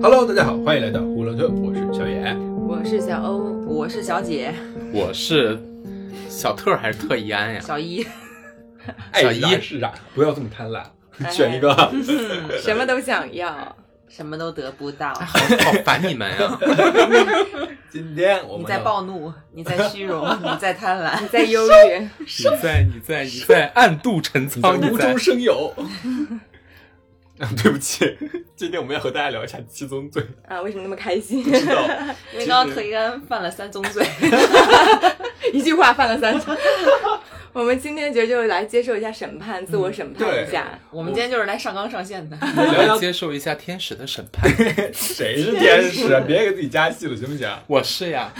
Hello，大家好，欢迎来到胡伦特，我是小野。我是小欧，我是小姐，我是小特还是特一安 呀？小一，爱啥小一哎是啊啥，不要这么贪婪，哎选一 个。什么都想要，什么都得不到。好好烦你们呀！今天我们你要在暴怒，你在虚 荣，你在贪婪，你在忧郁。你在你在你在暗度陈你在仓，你无中在生有。啊 对不起，今天我们要和大家聊一下七宗罪。啊，为什么那么开心？ 知道，因为刚刚特一安犯了三宗 罪，一句话犯了三次。我们今天觉得就来接受一下审判，自我审判一下。我们今天就是来上纲上线的。聊聊来接受一下天使的审 判。谁是天使啊？ 别给自己加戏了，行不行？啊我是呀，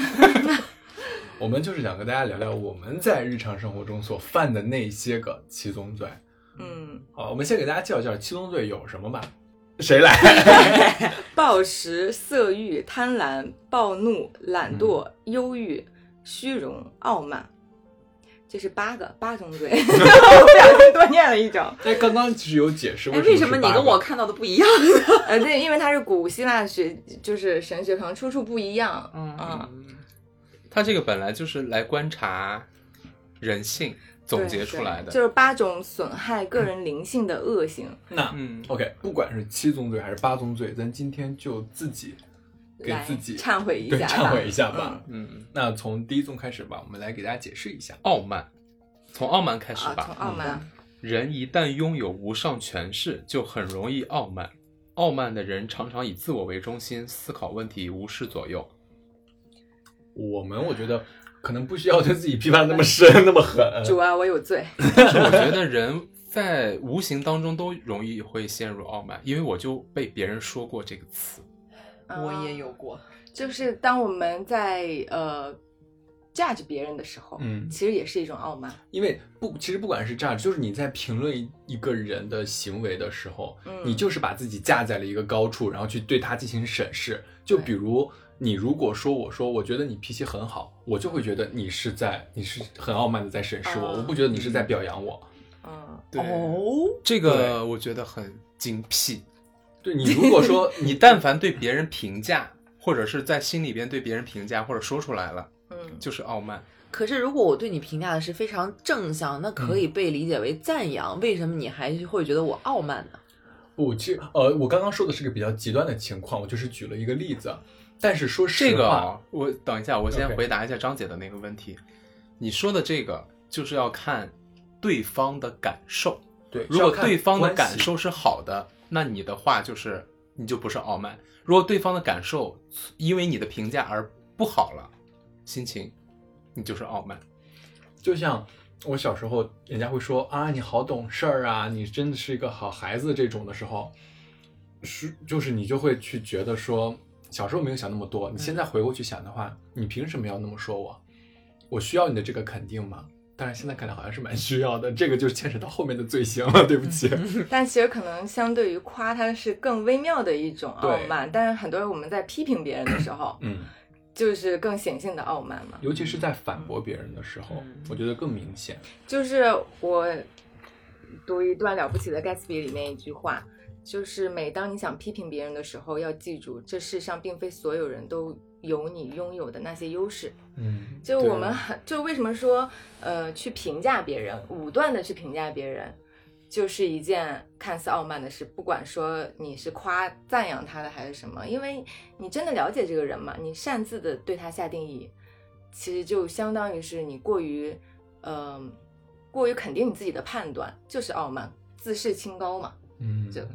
我们就是想和大家聊聊我们在日常生活中所犯的那些个七宗罪。嗯，好，我们先给大家介绍一下七宗罪有什么吧。谁来？暴食、色欲、贪婪、暴怒、懒惰、忧郁、虚荣、傲慢，这是八个八宗罪。我不小心多念了 一种。 哎，刚刚其实有解释哎，为为什什么么是你八跟个我看到的不一样？呃，对，因为它是古希腊学，就是神学，可能出处不一样。嗯啊，他这个本来就是来观察人性总结出来对的。就是八种损害个人灵性的恶行。那嗯， OK，不管是七宗罪还是八宗罪，咱今天就自己给来自己忏悔一对下吧，忏悔一下吧。嗯，那从第一宗开始吧，我们来给大家解释一下。傲慢，从傲慢开始啊，从吧。傲嗯慢。人一旦拥有无上权势，就很容易傲慢。傲慢的人常常以自我为中心，思考问题无视左右。我们我觉得可能不需要对自己批判那么深、那么狠。主啊，我有罪。但是我觉得人在无形当中都容易会陷入傲慢，因为我就被别人说过这个词。我也有过，嗯就是当我们在呃 judge 别人的时候，嗯，其实也是一种傲慢。因为不，其实不管是这样，就是你在评论一一个人的行为的时候，嗯你就是把自己架在了一个高处，然后去对他进行审视。就比如你如果说我说我觉得你脾气很好，我就会觉得你是在你是很傲慢的在审视我，啊我不觉得你是在表扬我。嗯，对，哦这个我觉得很精辟。对你如果说你你但凡对别人评价，或者是在心里边对别人评价，或者说出来了，嗯，就是傲慢。可是如果我对你评价的是非常正向，那可以嗯被理解为赞扬，为什么你还会觉得我傲慢呢？不，其实呃，我刚刚说的是个比较极端的情况，我就是举了一个例子。但是说实这个话，啊，我等一下，我先 OK 回答一下张姐的那个问题。你说的这个就是要看对方的感受，对，如是要果看对方的关系感，受是好的，那你的话就是你就不是傲慢；如果对方的感受因为你的评价而不好了，心情，你就是傲慢。就像我小时候，人家会说啊，你好懂事儿啊，你真的是一个好孩子这种的时候，是就是你就会去觉得说，小时候没有想那么多，你现在回过去想的话，你凭什么要那么说我？我需要你的这个肯定吗？当然，现在看来好像是蛮需要的，这个就牵扯到后面的罪行了，对不起。，但其实可能相对于夸，它是更微妙的一种傲慢。但是很多人我们在批评别人的时候 嗯，就是更显性的傲慢嘛。尤其是在反驳别人的时候嗯，我觉得更明显。就是我读一段了不起的盖茨比里面一句话，就是每当你想批评别人的时候，要记住，这世上并非所有人都有你拥有的那些优势。嗯，就我们很，就为什么说，呃，去评价别人，武断的去评价别人，就是一件看似傲慢的事。不管说你是夸赞扬他的还是什么，因为你真的了解这个人嘛，你擅自的对他下定义，其实就相当于是你过于，嗯、过于肯定你自己的判断，就是傲慢，自视清高嘛。嗯这个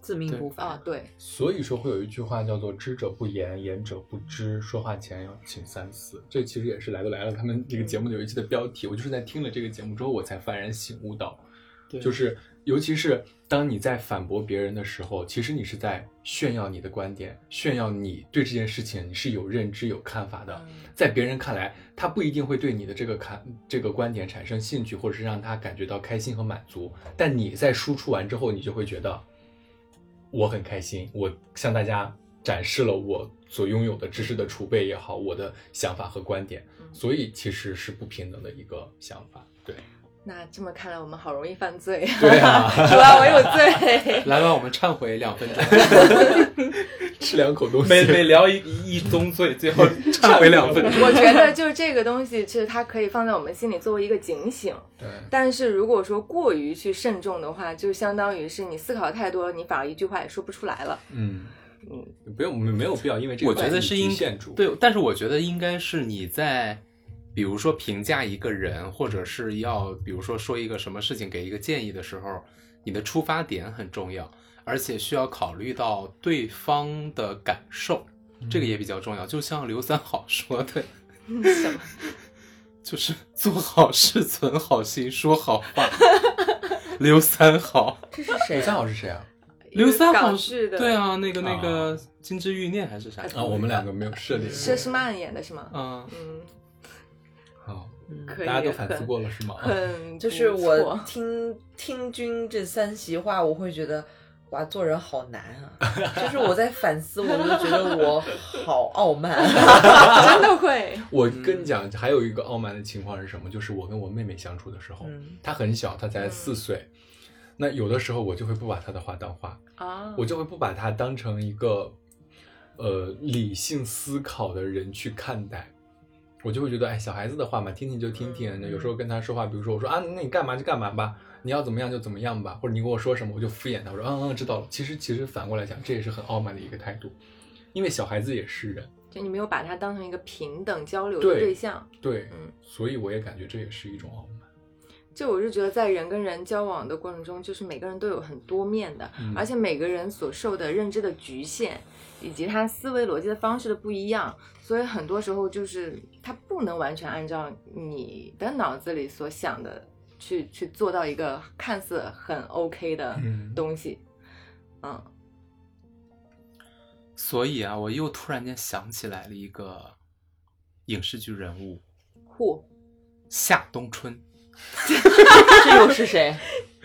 自命不凡啊，，对，所以说会有一句话叫做“知者不言，言者不知”，说话前要请三思。这其实也是来都来了，他们这个节目有一期的标题，我就是在听了这个节目之后，我才幡然醒悟到，对就是尤其是当你在反驳别人的时候，其实你是在炫耀你的观点，炫耀你对这件事情你是有认知、有看法的。在别人看来，他不一定会对你的这个看这个观点产生兴趣，或者是让他感觉到开心和满足。但你在输出完之后，你就会觉得我很开心，我向大家展示了我所拥有的知识的储备也好，我的想法和观点，嗯所以其实是不平等的一个想法。对， 那这么看来，我们好容易犯罪。对啊 主要我有罪。 来吧，我们忏悔两分钟。吃两口东西，每每聊一一宗罪，最后忏悔两分钟。我觉 得就是这个东西，其实它可以放在我们心里作为一个警醒。 对，但是如果说过于去慎重的话，就相当于是你思考太多，你反而一句话也说不出来了。嗯嗯，不用，没没有必要，因为这个我觉得是应局限住。对，但是我觉得应该是你在，比如说评价一个人，或者是要比如说说一个什么事情，给一个建议的时候，你的出发点很重要，而且需要考虑到对方的感受，嗯这个也比较重要。就像刘三好说的，嗯 就是做好事、存好心、说好话。 刘三好，这是谁刘三啊？好是谁啊？刘三好港式的对啊，那个那啊个《金枝欲孽》还是啥？啊，我们两个没有涉猎过。佘诗曼演的是吗？嗯，嗯，好，可大嗯以。家都反思过了是 吗？很，嗯很 就是不我错听听君这三席话，我会觉得哇，做人好难啊！就是我在反思，我就觉得我好傲慢、啊真的会，我跟你嗯讲，还有一个傲慢的情况是什么？就是我跟我妹妹相处的时候，嗯她很小，她才四岁，那有的时候我就会不把她的话当话，啊，我就会不把她当成一个呃理性思考的人去看待。我就会觉得，哎，小孩子的话嘛，听听就听听。嗯有时候跟他说话，比如说我说啊，那你干嘛就干嘛吧，你要怎么样就怎么样吧，或者你跟我说什么，我就敷衍他，我说嗯嗯知道了。其实其实反过来讲，这也是很傲慢的一个态度，因为小孩子也是人，就你没有把它当成一个平等交流的对对象。对，嗯所以我也感觉这也是一种傲慢。就我是觉得，在人跟人交往的过程中，就是每个人都有很多面的，嗯而且每个人所受的认知的局限，以及他思维逻辑的方式的不一样，所以很多时候就是他不能完全按照你的脑子里所想的去去做到一个看似很 OK 的嗯东西。嗯，所以啊，我又突然间想起来了一个影视剧人物酷，夏冬春，这又是谁？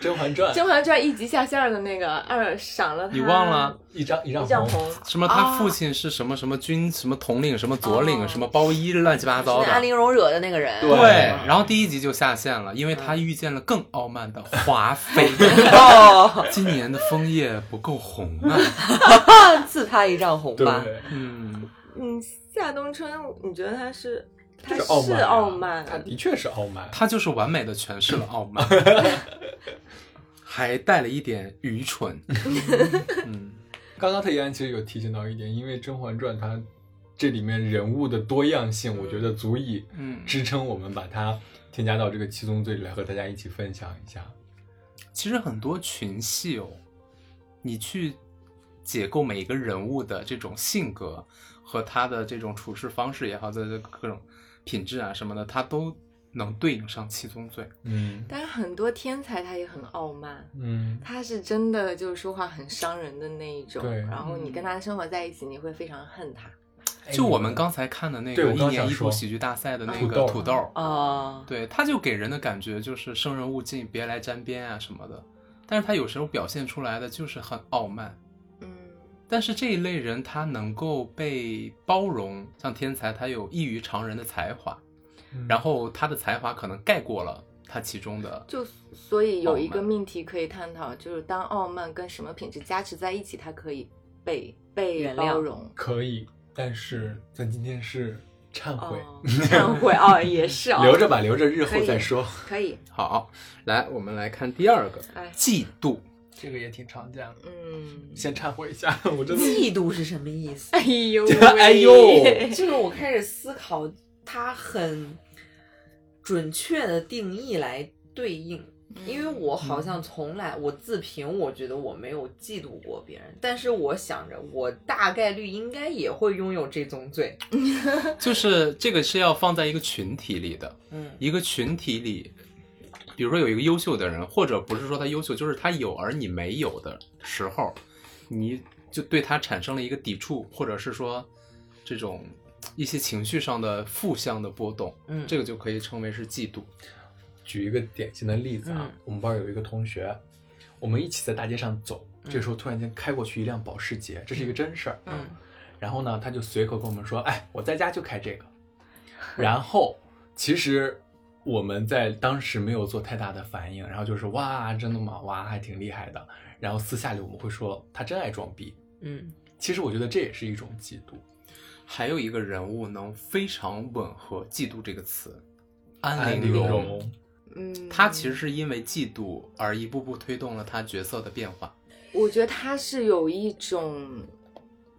《甄嬛传《甄》嬛传》一集下线儿的那个二赏了他，你忘了一张一丈一丈红，红，什么？啊他父亲是什么什么军什么统领什么左领哦什么包衣乱七八是糟那安的。陵容惹的那个人。对对，然后第一集就下线了，因为嗯他遇见了更傲慢的华 妃。哦， 今年的枫叶不够红啊。赐他一丈红对，吧。嗯，嗯，夏冬春，你觉得他是他这是是傲慢啊，傲慢他的确是傲慢。他就是完美的诠释了傲 慢，还带了一点愚蠢。嗯，刚刚特一安其实有提醒到一点，因为《甄嬛传》它这里面人物的多样性，我觉得足以嗯支撑我们把它添加到这个七宗罪里来，和大家一起分享一下。其实很多群戏哦，你去解构每个人物的这种性格和他的这种处事方式也好，这这各种品质啊什么的，他都能对应上七宗罪。嗯但是很多天才他也很傲慢，嗯，他是真的就是说话很伤人的那一种。对然后嗯你跟他生活在一起，你会非常恨他。就我们刚才看的那哎对个我一刚年想一度说喜剧大赛的那土个豆土豆儿，哦，对，他就给人的感觉就是生人勿近，别来沾边啊什么的。但是他有时候表现出来的就是很傲慢，嗯，但是这一类人他能够被包容，像天才，他有异于常人的才华，嗯然后他的才华可能盖过了他其中的，就所以有一傲个慢命题可以探讨，就是当傲慢跟什么品质加持在一起，它可以被被原谅包容。可以，但是咱今天是忏悔， 哦，忏悔哦，也是哦，留着吧，留着日后可以再说。 可以。好，来我们来看第二个哎，嫉妒，这个也挺常见的，嗯， 先忏悔一下，我 真的。嫉妒是什么意思？哎呦喂， 哎呦， 这个我开始思考，它很准确的定义来对应，因为我好像从来我自评，我觉得我没有嫉妒过别人，但是我想着我大概率应该也会拥有这宗罪。就是这个是要放在一个群体里的，嗯，一个群体里，比如说有一个优秀的人，或者不是说他优秀，就是他有而你没有的时候，你就对他产生了一个抵触，或者是说这种一些情绪上的负向的波动，嗯这个就可以称为是嫉妒。举一个典型的例子啊，嗯我们班有一个同学，我们一起在大街上走，这时候突然间开过去一辆保时捷，这是一个真事儿。嗯，然后呢，他就随口跟我们说：“哎，我在家就开这个。”然后其实我们在当时没有做太大的反应，然后就是哇，真的吗？哇，还挺厉害的。然后私下里我们会说他真爱装逼，嗯，其实我觉得这也是一种嫉妒。还有一个人物能非常吻合“嫉妒”这个词，安陵陵容，嗯，她其实是因为嫉妒而一步步推动了她角色的变化，我觉得他是有一种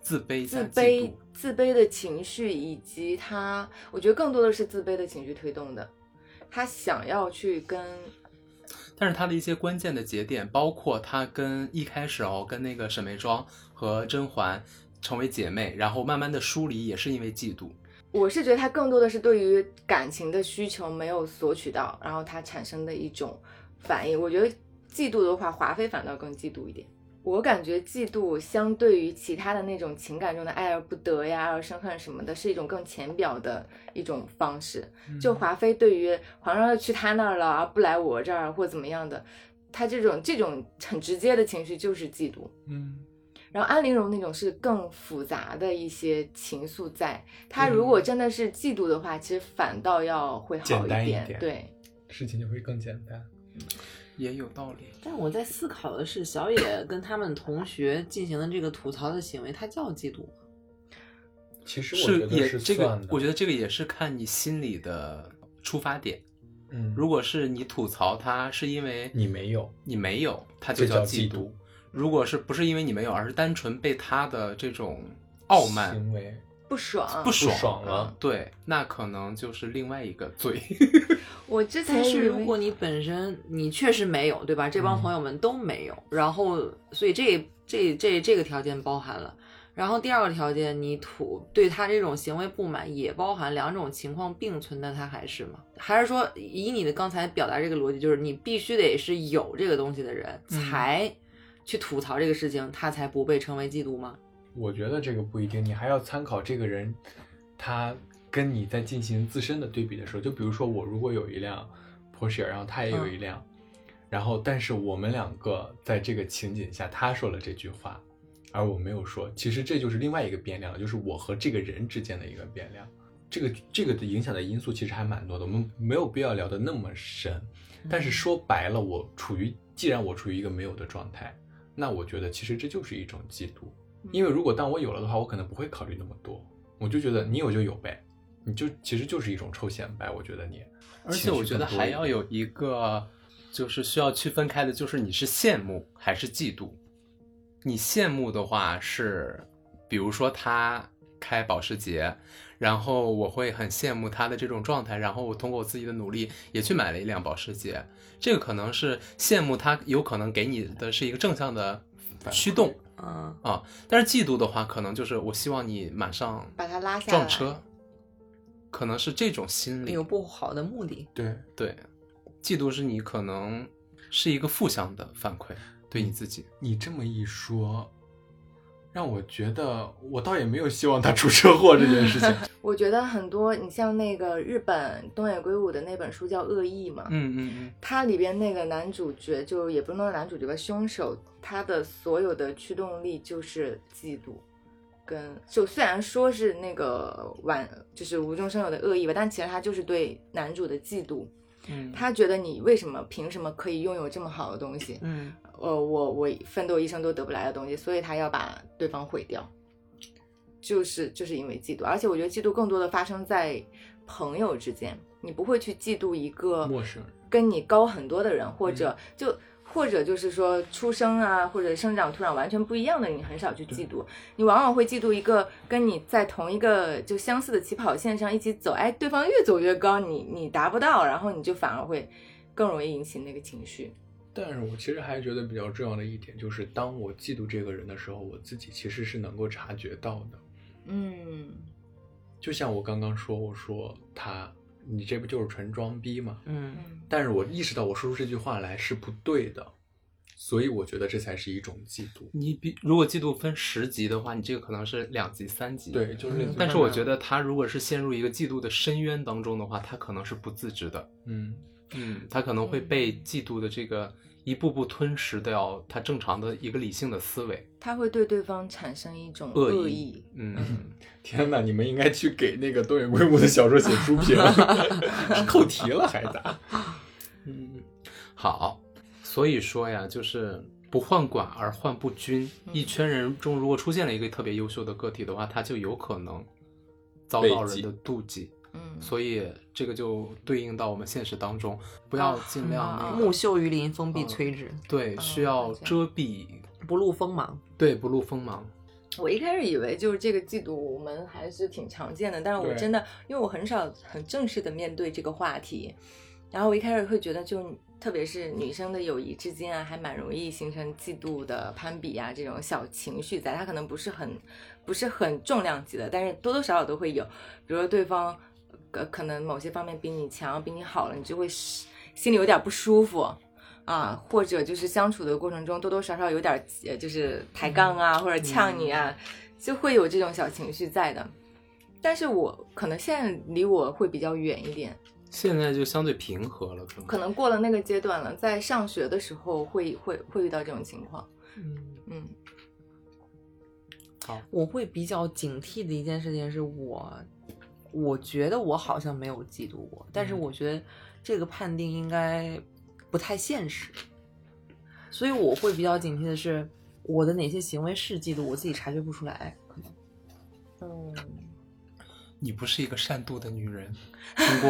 自卑加自嫉卑妒。、自卑的情绪，以及他，我觉得更多的是自卑的情绪推动的。他想要去跟，但是她的一些关键的节点，包括她跟一开始哦，跟那个沈眉庄和甄嬛成为姐妹，然后慢慢的疏离，也是因为嫉妒。我是觉得他更多的是对于感情的需求没有索取到，然后他产生的一种反应。我觉得嫉妒的话，华妃反倒更嫉妒一点。我感觉嫉妒相对于其他的那种情感中的爱而不得呀、爱而生恨什么的，是一种更浅表的一种方式。嗯就华妃对于皇上要去他那儿了，而不来我这儿或怎么样的，他这种这种很直接的情绪就是嫉妒。嗯，然后安陵容那种是更复杂的一些情愫在，他如果真的是嫉妒的话，其实反倒要会好嗯简单一点。点对，事情就会更简单。也有道理，但我在思考的是，小野跟他们同学进行的这个吐槽的行为，它叫嫉妒吗？其实我是觉得也是这算个的，，我觉得这个也是看你心里的出发点。嗯，如果是你吐槽他是因为你没有，你没有，他就就叫叫嫉妒妒。如果是不是因为你没有，而是单纯被他的这种傲慢行为不爽。不不爽，啊爽了，对，那可能就是另外一个罪。我之前但是以为如果你本身你确实没有，对吧？这帮朋友们都没有，然后所以这这这这个条件包含了。然后第二个条件，你吐对他这种行为不满，也包含两种情况并存的，他还是吗？还是说以你的刚才表达这个逻辑，就是你必须得是有这个东西的人嗯才去吐槽这个事情，他才不被称为嫉妒吗？我觉得这个不一定，你还要参考这个人，他跟你在进行自身的对比的时候，就比如说我如果有一辆 Porsche，然后他也有一辆，然后但是我们两个在这个情景下，他说了这句话，而我没有说，其实这就是另外一个变量，就是我和这个人之间的一个变量。这个这个的影响的因素其实还蛮多的，我们没有必要聊得那么深。但是说白了，我处于既然我处于一个没有的状态，那我觉得其实这就是一种嫉妒。因为如果当我有了的话，我可能不会考虑那么多，我就觉得你有就有呗，你就其实就是一种臭显摆，我觉得你，而且我觉得情绪更多一还点要有一个，就是需要区分开的，就是你是羡慕还是嫉妒。你羡慕的话是，比如说他开保时捷，然后我会很羡慕他的这种状态，然后我通过我自己的努力也去买了一辆保时捷。这个可能是羡慕他，有可能给你的是一个正向的反馈驱动，嗯，但是嫉妒的话，可能就是我希望你马上把他拉下来，撞车，可能是这种心理。有不好的目的。对对，嫉妒是你可能是一个负向的反馈对你自己。你这么一说，让我觉得我倒也没有希望他出车祸这件事情。我觉得很多，你像那个日本东野圭吾的那本书叫《恶意》嘛，嗯嗯嗯，它里边那个男主角就也不能说男主角吧，凶手他的所有的驱动力就是嫉妒，跟就虽然说是那个玩就是无中生有的恶意吧，但其实他就是对男主的嫉妒，嗯他觉得你为什么凭什么可以拥有这么好的东西，嗯，呃，我我奋斗一生都得不来的东西，所以他要把对方毁掉，就是就是因为嫉妒，而且我觉得嫉妒更多的发生在朋友之间，你不会去嫉妒一个陌生人嗯跟你高很多的人，或者就或者就是说出生啊，或者生长土壤完全不一样的人，你很少去嫉妒，你往往会嫉妒一个跟你在同一个就相似的起跑线上一起走，哎，对方越走越高，你你达不到，然后你就反而会更容易引起那个情绪。但是我其实还觉得比较重要的一点就是，当我嫉妒这个人的时候，我自己其实是能够察觉到的。嗯，就像我刚刚说，我说他，你这不就是纯装逼吗？嗯但是我意识到我说出这句话来是不对的，所以我觉得这才是一种嫉妒。你比如果嫉妒分十级的话，你这个可能是两级、三级。对，。就是类似于但是我觉得他如果是陷入一个嫉妒的深渊当中的话，他可能是不自知的。嗯，嗯，他可能会被嫉妒的这个一步步吞噬掉他正常的一个理性的思维。他会对对方产生一种恶恶意意。嗯，天哪，你们应该去给那个东野圭吾的小说写书 评，扣题了还咋？嗯，好，所以说呀，就是不患寡而患不均。嗯一圈人中如果出现了一个特别优秀的个体的话，他就有可能遭到被人挤的妒忌。嗯，所以这个就对应到我们现实当中，不要尽量啊那个、木木秀于林，风必摧之，对，需要了解遮蔽，哦不露锋芒。对不露锋芒。我一开始以为就是这个嫉妒，我们还是挺常见的，但是我对真的，因为我很少很正式的面对这个话题，然后我一开始会觉得就，特别是女生的友谊之间啊，还蛮容易形成嫉妒的攀比啊这种小情绪在，它可能不是很不是很重量级的，但是多多少少都会有，比如说对方呃可能某些方面比你强，比你好了，你就会是心里有点不舒服。啊，或者就是相处的过程中多多少少有点呃，就是抬杠啊，或者呛你啊，就会有这种小情绪在的。但是我可能现在离我会比较远一点，现在就相对平和了，可能可能过了那个阶段了，在上学的时候会会会遇到这种情况。嗯，我会比较警惕的一件事情是我，我觉得我好像没有嫉妒过，但是嗯我觉得这个判定应该不太现实，所以我会比较警惕的是我的哪些行为是嫉妒，我自己察觉不出来。嗯， 你不是一个善妒的女人。通过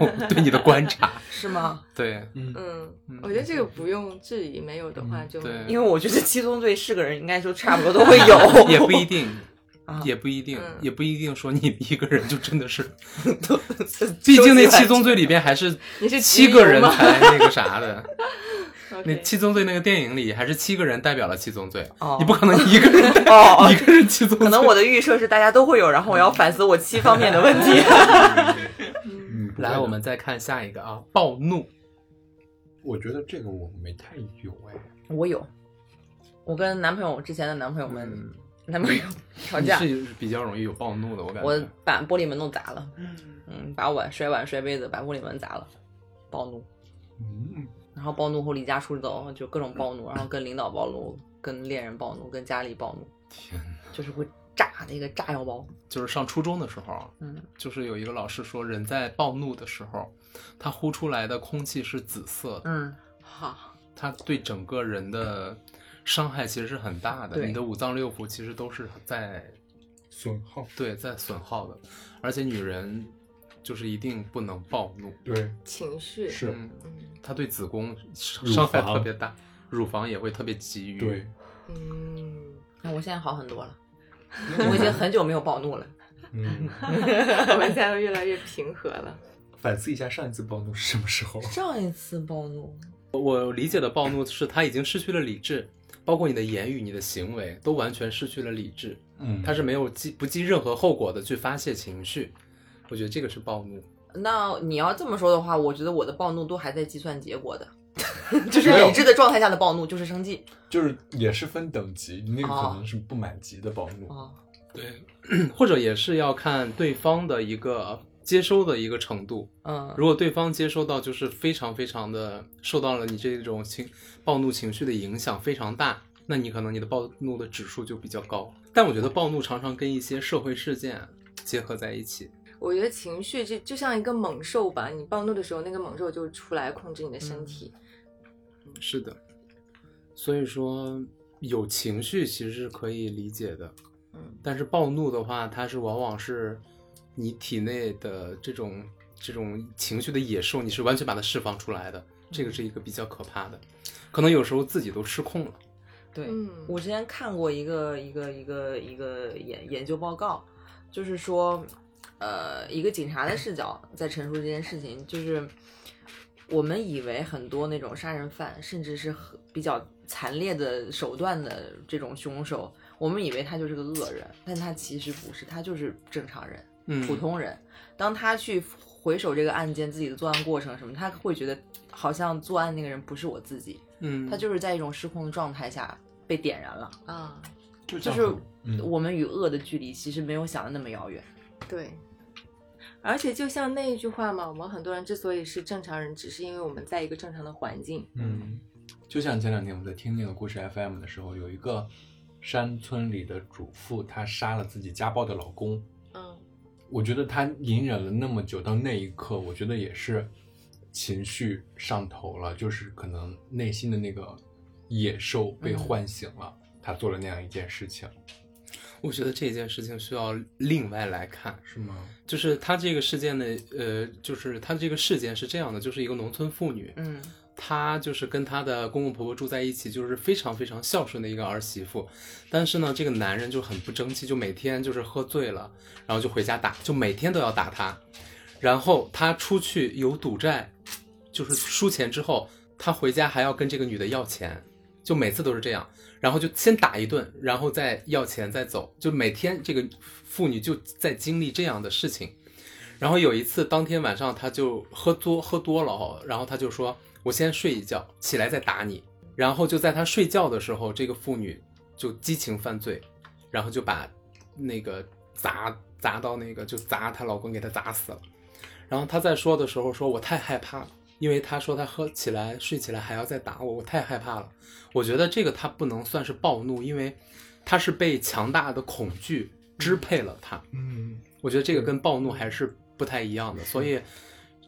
我对你的观察，是吗？对，嗯，嗯嗯，我觉得这个不用质疑，没有的话嗯就对 因为我觉得七宗罪是个人应该说差不多都会 有，也不一 定，啊也不一定嗯，也不一定说你一个人就真的是，都 毕竟那七宗罪里边还是你是七集个邮人吗才那个啥 的。那 OK 《七宗罪》那个电影里，还是七个人代表了七宗罪，哦你不可能一个人代表、哦一个人七宗罪。可能我的预设是大家都会有，然后我要反思我七方面的问题。嗯不会来，的我们再看下一个啊，暴怒。我觉得这个我没太有哎，嗯 我有，我跟男朋友之前的男朋友们、嗯男朋友吵你架，是比较容易有暴怒的，我感觉。我把玻璃门弄砸了，嗯，把碗摔碗摔杯子，把玻璃门砸了，暴怒，嗯，然后暴怒后离家出走，就各种暴怒，然后跟领导暴怒，跟恋人暴怒，跟家里暴怒，天哪，就是会炸那个炸药包，就是上初中的时候，嗯，就是有一个老师说，人在暴怒的时候，他呼出来的空气是紫色的， 嗯，好，他对整个人的伤害其实是很大的，对你的五脏六腑其实都是在损耗对在损耗的，而且女人就是一定不能暴怒，对情绪是嗯，嗯她对子宫伤乳伤害房特别大，乳房也会特别急于 对，嗯，那我现在好很多了，我已经很久没有暴怒了，嗯， 我们现在越来越平和了。 反思一下上一次暴怒是什么时候？ 上一次暴怒，呃我理解的暴怒是他已经失去了理智，包括你的言语、你的行为都完全失去了理智，嗯他是没有计不计任何后果的去发泄情绪。我觉得这个是暴怒， 那你要这么说的话，我觉得我的暴怒都还在计算结果 的，就是没有理智的状态下的暴怒就是生气就是也是分等级，那个哦可能是不满级的暴怒。啊，对，或者也是要看对方的一个呃接收的一个程度。嗯，如果对方接收到就是非常非常的受到了你这种情暴怒情绪的影响非常大，那你可能你的暴怒的指数就比较高。但我觉得暴怒常常跟一些社会事件结合在一起。我觉得情绪就就像一个猛兽吧，你暴怒的时候，那个猛兽就出来控制你的身体。是的，所以说有情绪其实是可以理解的，嗯但是暴怒的话，它是往往是你体内的这种这种情绪的野兽，你是完全把它释放出来的，这个是一个比较可怕的，可能有时候自己都失控了。对，嗯我之前看过一个一个一个一个研研究报告，就是说，呃，一个警察的视角在陈述这件事情，就是我们以为很多那种杀人犯，甚至是很比较惨烈的手段的这种凶手，我们以为他就是个恶人，但他其实不是，他就是正常人。嗯，普通人，当他去回首这个案件自己的作案过程什么，他会觉得好像作案那个人不是我自己，嗯，他就是在一种失控的状态下被点燃了。啊，就就像是嗯我们与恶的距离其实没有想的那么遥远。对。而且就像那一句话嘛，我们很多人之所以是正常人，只是因为我们在一个正常的环境。嗯，就像前两天我在听那个故事 FM 的时候，有一个山村里的主妇，她杀了自己家暴的老公。嗯我觉得她隐忍了那么久，到那一刻，我觉得也是情绪上头了，就是可能内心的那个野兽被嗯唤醒了，他做了那样一件事情，我觉得这件事情需要另外来看，是吗？就是他这个事件的，呃，就是他这个事件是这样的，就是一个农村妇女，嗯她就是跟她的公公婆婆住在一起，就是非常非常孝顺的一个儿媳妇。但是呢，这个男人就很不争气，就每天就是喝醉了，然后就回家打，就每天都要打她。然后她出去有赌债，就是输钱之后，她回家还要跟这个女的要钱，就每次都是这样。然后就先打一顿，然后再要钱再走，就每天这个妇女就在经历这样的事情。然后有一次，当天晚上她就喝多喝多了哦，然后她就说：“我先睡一觉，起来再打你。”然后就在她睡觉的时候，这个妇女就激情犯罪，然后就把那个砸砸到那个就砸她老公，给她砸死了。然后她在说的时候说：“我太害怕了，因为她说她喝起来睡起来还要再打我，我太害怕了。”我觉得这个她不能算是暴怒，因为她是被强大的恐惧支配了她。嗯，我觉得这个跟暴怒还是不太一样的，所以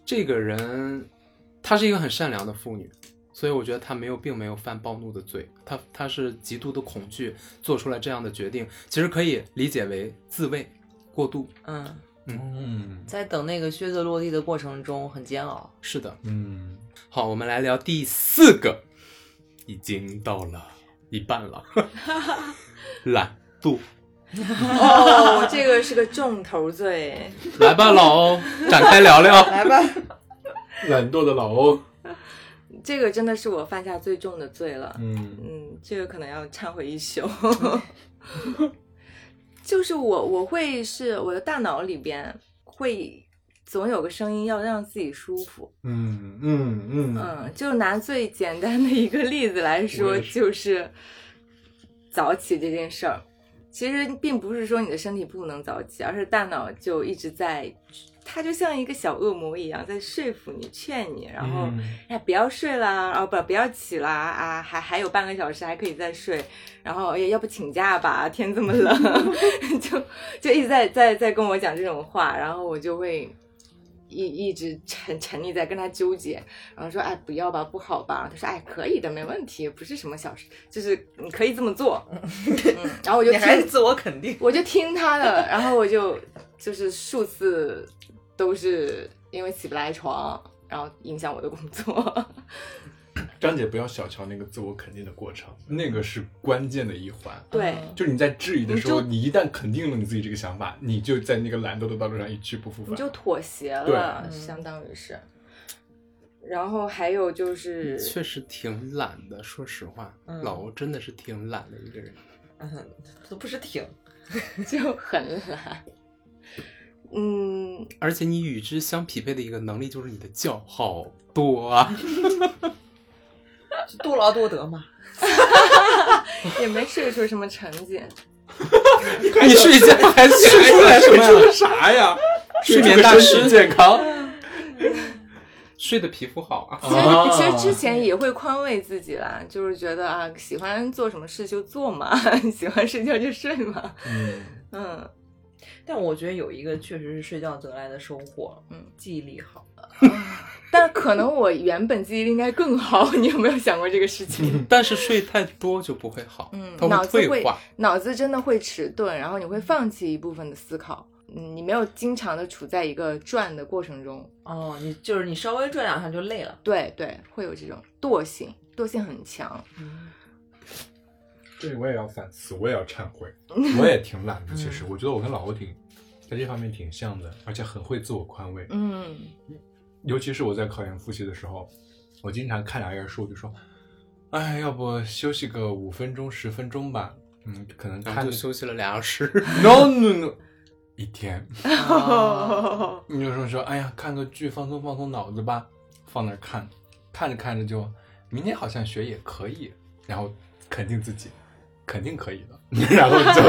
这个人她是一个很善良的妇女，所以我觉得她没有并没有犯暴怒的罪，她她是极度的恐惧做出来这样的决定，其实可以理解为自卫过度。嗯，嗯在等那个靴子落地的过程中很煎熬。是的，嗯，好，我们来聊第四个，已经到了一半了，懒惰，哦，这个是个重头罪。来吧，老欧，展开聊聊。来吧，懒惰的老欧，这个真的是我犯下最重的罪了。嗯嗯，这个可能要忏悔 一宿。就是我，我会是我的大脑里边会总有个声音要让自己舒服。嗯嗯嗯，嗯，就拿最简单的一个例子来我说，也是就是早起这件事儿。其实并不是说你的身体不能早起，而是大脑就一直在，它就像一个小恶魔一样在说服你、劝你，然嗯后、哎，不要睡啦，啊不，不要起啦，啊，还还有半个小时还可以再睡，然后哎呀，要不请假吧，天这么冷， 就就一直在在在跟我讲这种话，然后我就会一一直沉沉溺在跟他纠结，然后说哎不要吧，不好吧，他说哎可以的，没问题，不是什么小事，就是你可以这么 做，嗯，然后我就你还是听自我肯定，我就听他的，然后我就就是数次都是因为起不来床，然后影响我的工作。张姐不要小瞧那个自我肯定的过程，那个是关键的一环。对嗯就是你在质疑的时候，你就你一旦肯定了你自己这个想法，你就在那个懒惰的道路上一去不复返。你就妥协了，对相当于是。然后还有就是，确实挺懒的，说实话，嗯老欧真的是挺懒的一个人。嗯， 都不是挺， 就很懒。嗯，而且你与之相匹配的一个能力就是你的觉好多啊，多劳多得嘛。也没睡出什么成绩。你睡觉还睡出来什睡出么了呀？啥呀？睡眠大睡出师个身体健康。睡的皮肤好啊，其实、啊其实之前也会宽慰自己啦，就是觉得啊，喜欢做什么事就做嘛， 喜欢睡觉就睡嘛。嗯，嗯，但我觉得有一个确实是睡觉得来的收获，嗯，记忆力好。但可能我原本记忆力应该更好， 你有没有想过这个事情？但是睡太多就不会好，嗯它脑会子会退化。 脑子真的会迟钝，然后你会放弃一部分的思考，嗯，你没有经常的处在一个转的过程中。哦，你就是你稍微转两下就累 了。对对，会有这种惰性，惰性很强。这个我也要反思，我也要忏悔，我也挺懒的。其实，我觉得我跟老欧挺在这方面挺像的，而且很会自我宽慰。 嗯，尤其是我在考研复习的时候，我经常看两页书，我就说，哎，要不休息个五分钟、十分钟吧。嗯，可能然看后就着休息了俩小时， no no no，一天。哦你有时候说，哎呀，看个剧放松放松脑子吧，放那儿看，看着看着就，明天好像学也可以，然后肯定自己，肯定可以的， 然后哦就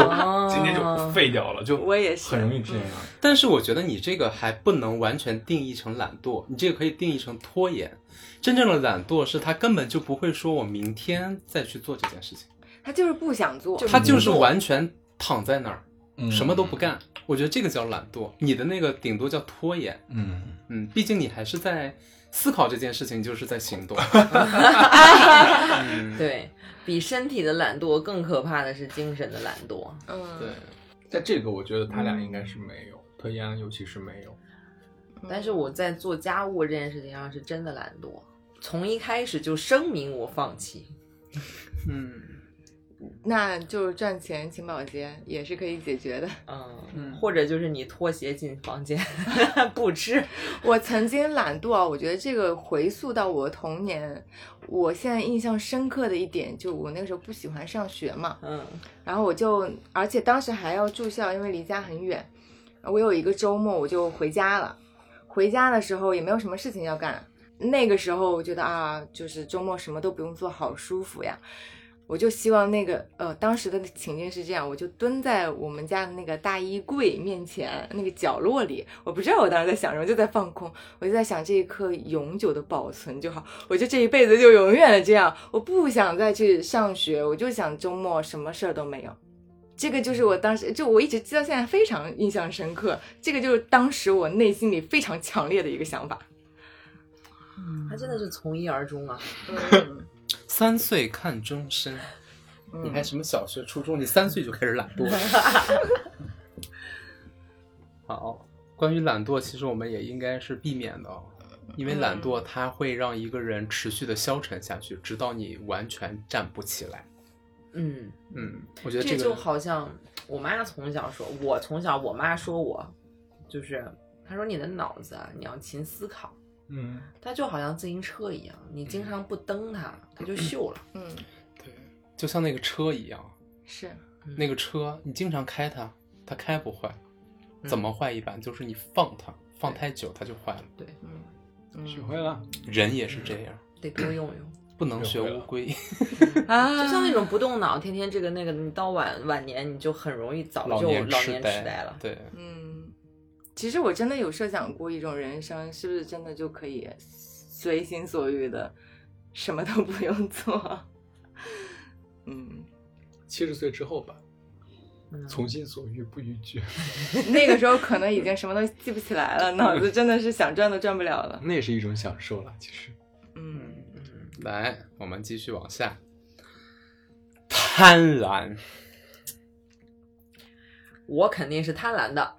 今天就废掉了，就我也是很容易这样。但是我觉得你这个还不能完全定义成懒惰，你这个可以定义成拖延。真正的懒惰是他根本就不会说我明天再去做这件事情，他就是不想做，就是他就是完全躺在那儿，嗯什么都不，干。我觉得这个叫懒惰，你的那个顶多叫拖延。嗯，嗯，毕竟你还是在思考这件事情，就是在行动。嗯 对，比身体的懒惰更可怕的是精神的懒惰。嗯，对，在这个我觉得他俩应该是没有，特一安尤其是没有。嗯但是我在做家务这件事情上是真的懒惰，从一开始就声明我放弃。嗯那就是赚钱请保洁也是可以解决的。嗯，嗯，或者就是你脱鞋进房间 不吃，我曾经懒惰啊，我觉得这个回溯到我童年，我现在印象深刻的一点，就我那个时候不喜欢上学嘛，嗯然后我就，而且当时还要住校，因为离家很远。我有一个周末我就回家了，回家的时候也没有什么事情要干。那个时候我觉得啊，就是周末什么都不用做，好舒服呀。我就希望那个呃，当时的情境是这样，我就蹲在我们家的那个大衣柜面前那个角落里，我不知道我当时在想什么，就在放空，我就在想这一刻永久的保存就好，我就这一辈子就永远的这样，我不想再去上学，我就想周末什么事儿都没有。这个就是我当时就我一直记到现在非常印象深刻，这个就是当时我内心里非常强烈的一个想法。他真的是从一而终啊。嗯，三岁看终身，你还什么小学、初中？你三岁就开始懒惰了。好，关于懒惰，其实我们也应该是避免的哦，因为懒惰它会让一个人持续的消沉下去，直到你完全站不起来。嗯，嗯，我觉得这这个就好像我妈从小说，我从小我妈说我，就是她说你的脑子啊，你要勤思考。嗯，它就好像自行车一样，你经嗯常不蹬它，它 就锈了。嗯，对，就像那个车一样，是，嗯那个车你经常开它，它开不坏，嗯怎么坏一般？就是你放它，放太久它就坏了。嗯嗯学会了。人也是嗯这样，得多用用，不能学学会乌了龟。 啊，就像那种不动脑，天天这个那个，你到晚晚年你就很容易早就老老年年痴痴呆了。对，嗯，其实我真的有设想过一种人生，是不是真的就可以随心所欲的，什么都不用做？嗯，七十岁之后吧，嗯从心所欲不逾矩。 那个时候可能已经什么都记不起来 了，脑子真的是想转都转不了 了。那也是一种享受了，其实。嗯，来，我们继续往下。贪婪，我肯定是贪婪的，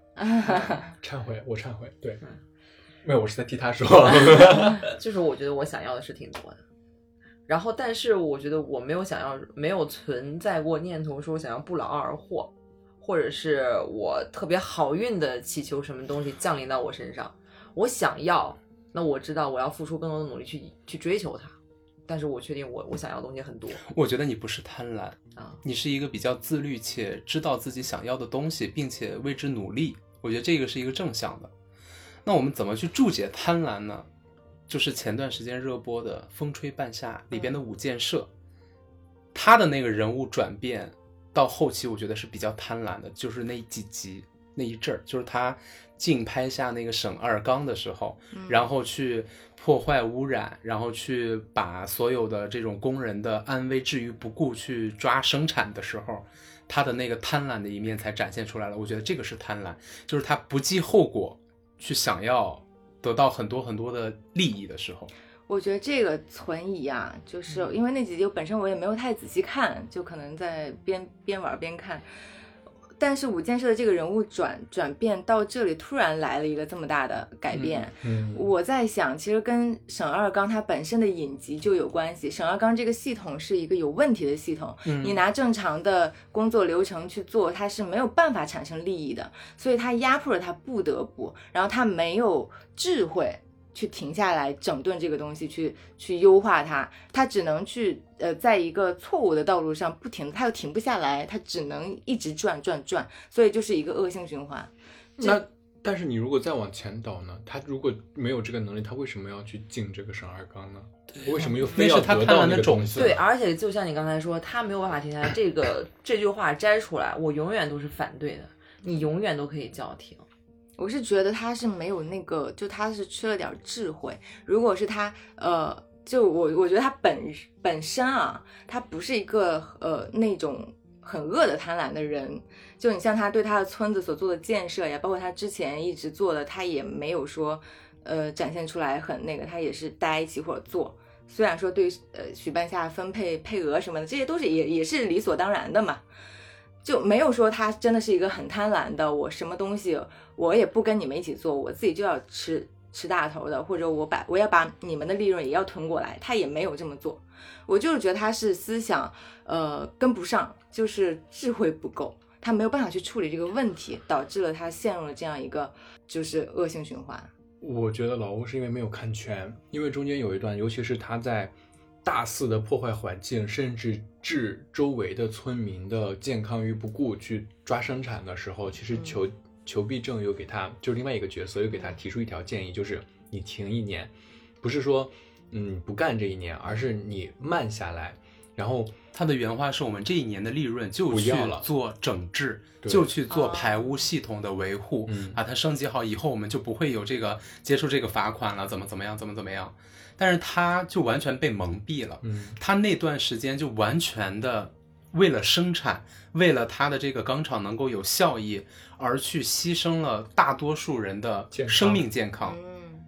忏悔，我忏悔，对嗯，没有，我是在替他说。 就是我觉得我想要的是挺多的，然后但是我觉得我没有想要，没有存在过念头说我想要不劳而获，或者是我特别好运的祈求什么东西降临到我身上。我想要，那我知道我要付出更多的努力去去追求它，但是我确定我我想要的东西很多我觉得你不是贪婪，啊。你是一个比较自律且知道自己想要的东西，并且为之努力。我觉得这个是一个正向的。那我们怎么去注解贪婪呢？就是前段时间热播的《风吹半夏》里边的武建设，他的那个人物转变到后期，我觉得是比较贪婪的，就是那几集那一阵儿，就是他竞拍下那个沈二刚的时候，嗯然后去破坏污染，然后去把所有的这种工人的安危置于不顾，去抓生产的时候，他的那个贪婪的一面才展现出来了。我觉得这个是贪婪，就是他不计后果去想要得到很多很多的利益的时候。我觉得这个存疑啊，就是因为那几集我本身我也没有太仔细看，就可能在边边玩边看。但是武建设的这个人物转转变到这里，突然来了一个这么大的改变，嗯，我在想，其实跟沈二刚他本身的隐疾就有关系。沈二刚这个系统是一个有问题的系统，嗯你拿正常的工作流程去做，它是没有办法产生利益的，所以他压迫了他不得不，然后他没有智慧去停下来整顿这个东西，去去优化它，他只能去呃，在一个错误的道路上不停，他又停不下来，他只能一直转转转，所以就是一个恶性循环。那但是你如果再往前倒呢？他如果没有这个能力，他为什么要去进这个沈二刚呢？为什么又非那要是他得贪到婪那的个种啊东西子呢对，啊而且就像你刚才说，他没有办法停下来，这个这句话摘出来，我永远都是反对的。你永远都可以叫停，我是觉得他是没有那个，就他是缺了点儿智慧。如果是他，呃，就我我觉得他本本身啊，他不是一个呃那种很恶的贪婪的人。就你像他对他的村子所做的建设呀，包括他之前一直做的，他也没有说呃展现出来很那个，他也是待一起或者做。虽然说对呃许半夏分配配额什么的，这些都是也也是理所当然的嘛，就没有说他真的是一个很贪婪的，我什么东西我也不跟你们一起做，我自己就要吃吃大头的，或者我把我要把你们的利润也要囤过来，他也没有这么做。我就是觉得他是思想呃跟不上，就是智慧不够，他没有办法去处理这个问题，导致了他陷入了这样一个就是恶性循环。我觉得老欧是因为没有看全，因为中间有一段，尤其是他在大肆的破坏环境，甚至置周围的村民的健康于不顾去抓生产的时候，其嗯实裘裘必正有给他，就是另外一个角色有给他提出一条建议，就是你停一年，不是说嗯不干这一年，而是你慢下来，然后他的原话是我们这一年的利润就不去要了做整治，对就去做哦排污系统的维护，嗯把它升级好，以后我们就不会有这个接受这个罚款了，怎么怎么样，怎么怎么样。但是他就完全被蒙蔽了，嗯他那段时间就完全的为了生产，为了他的这个钢厂能够有效益，而去牺牲了大多数人的健康生命健康。嗯，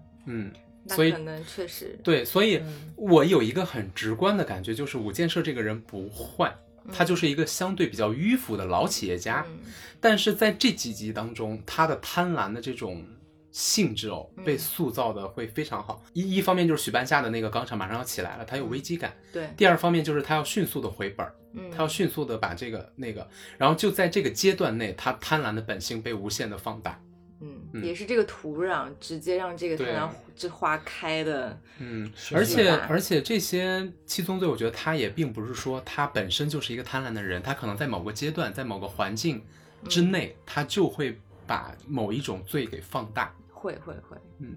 嗯，那哦所以可能确实对，所以嗯我有一个很直观的感觉，就是武建设这个人不坏，他就是一个相对比较迂腐的老企业家。嗯但是在这几集当中，他的贪婪的这种性质哦，被嗯塑造的会非常好。一一方面就是许半夏的那个钢厂马上要起来了，他有危机感；对，第二方面就是他要迅速的回本儿，嗯，他要迅速的把这个那个，然后就在这个阶段内，他贪婪的本性被无限的放大。嗯嗯，也是这个土壤直接让这个对太阳之花开的，嗯，是而是且吧而且这些七宗罪，我觉得他也并不是说他本身就是一个贪婪的人，他可能在某个阶段，在某个环境之嗯内，他就会把某一种罪给放大。会会会，嗯，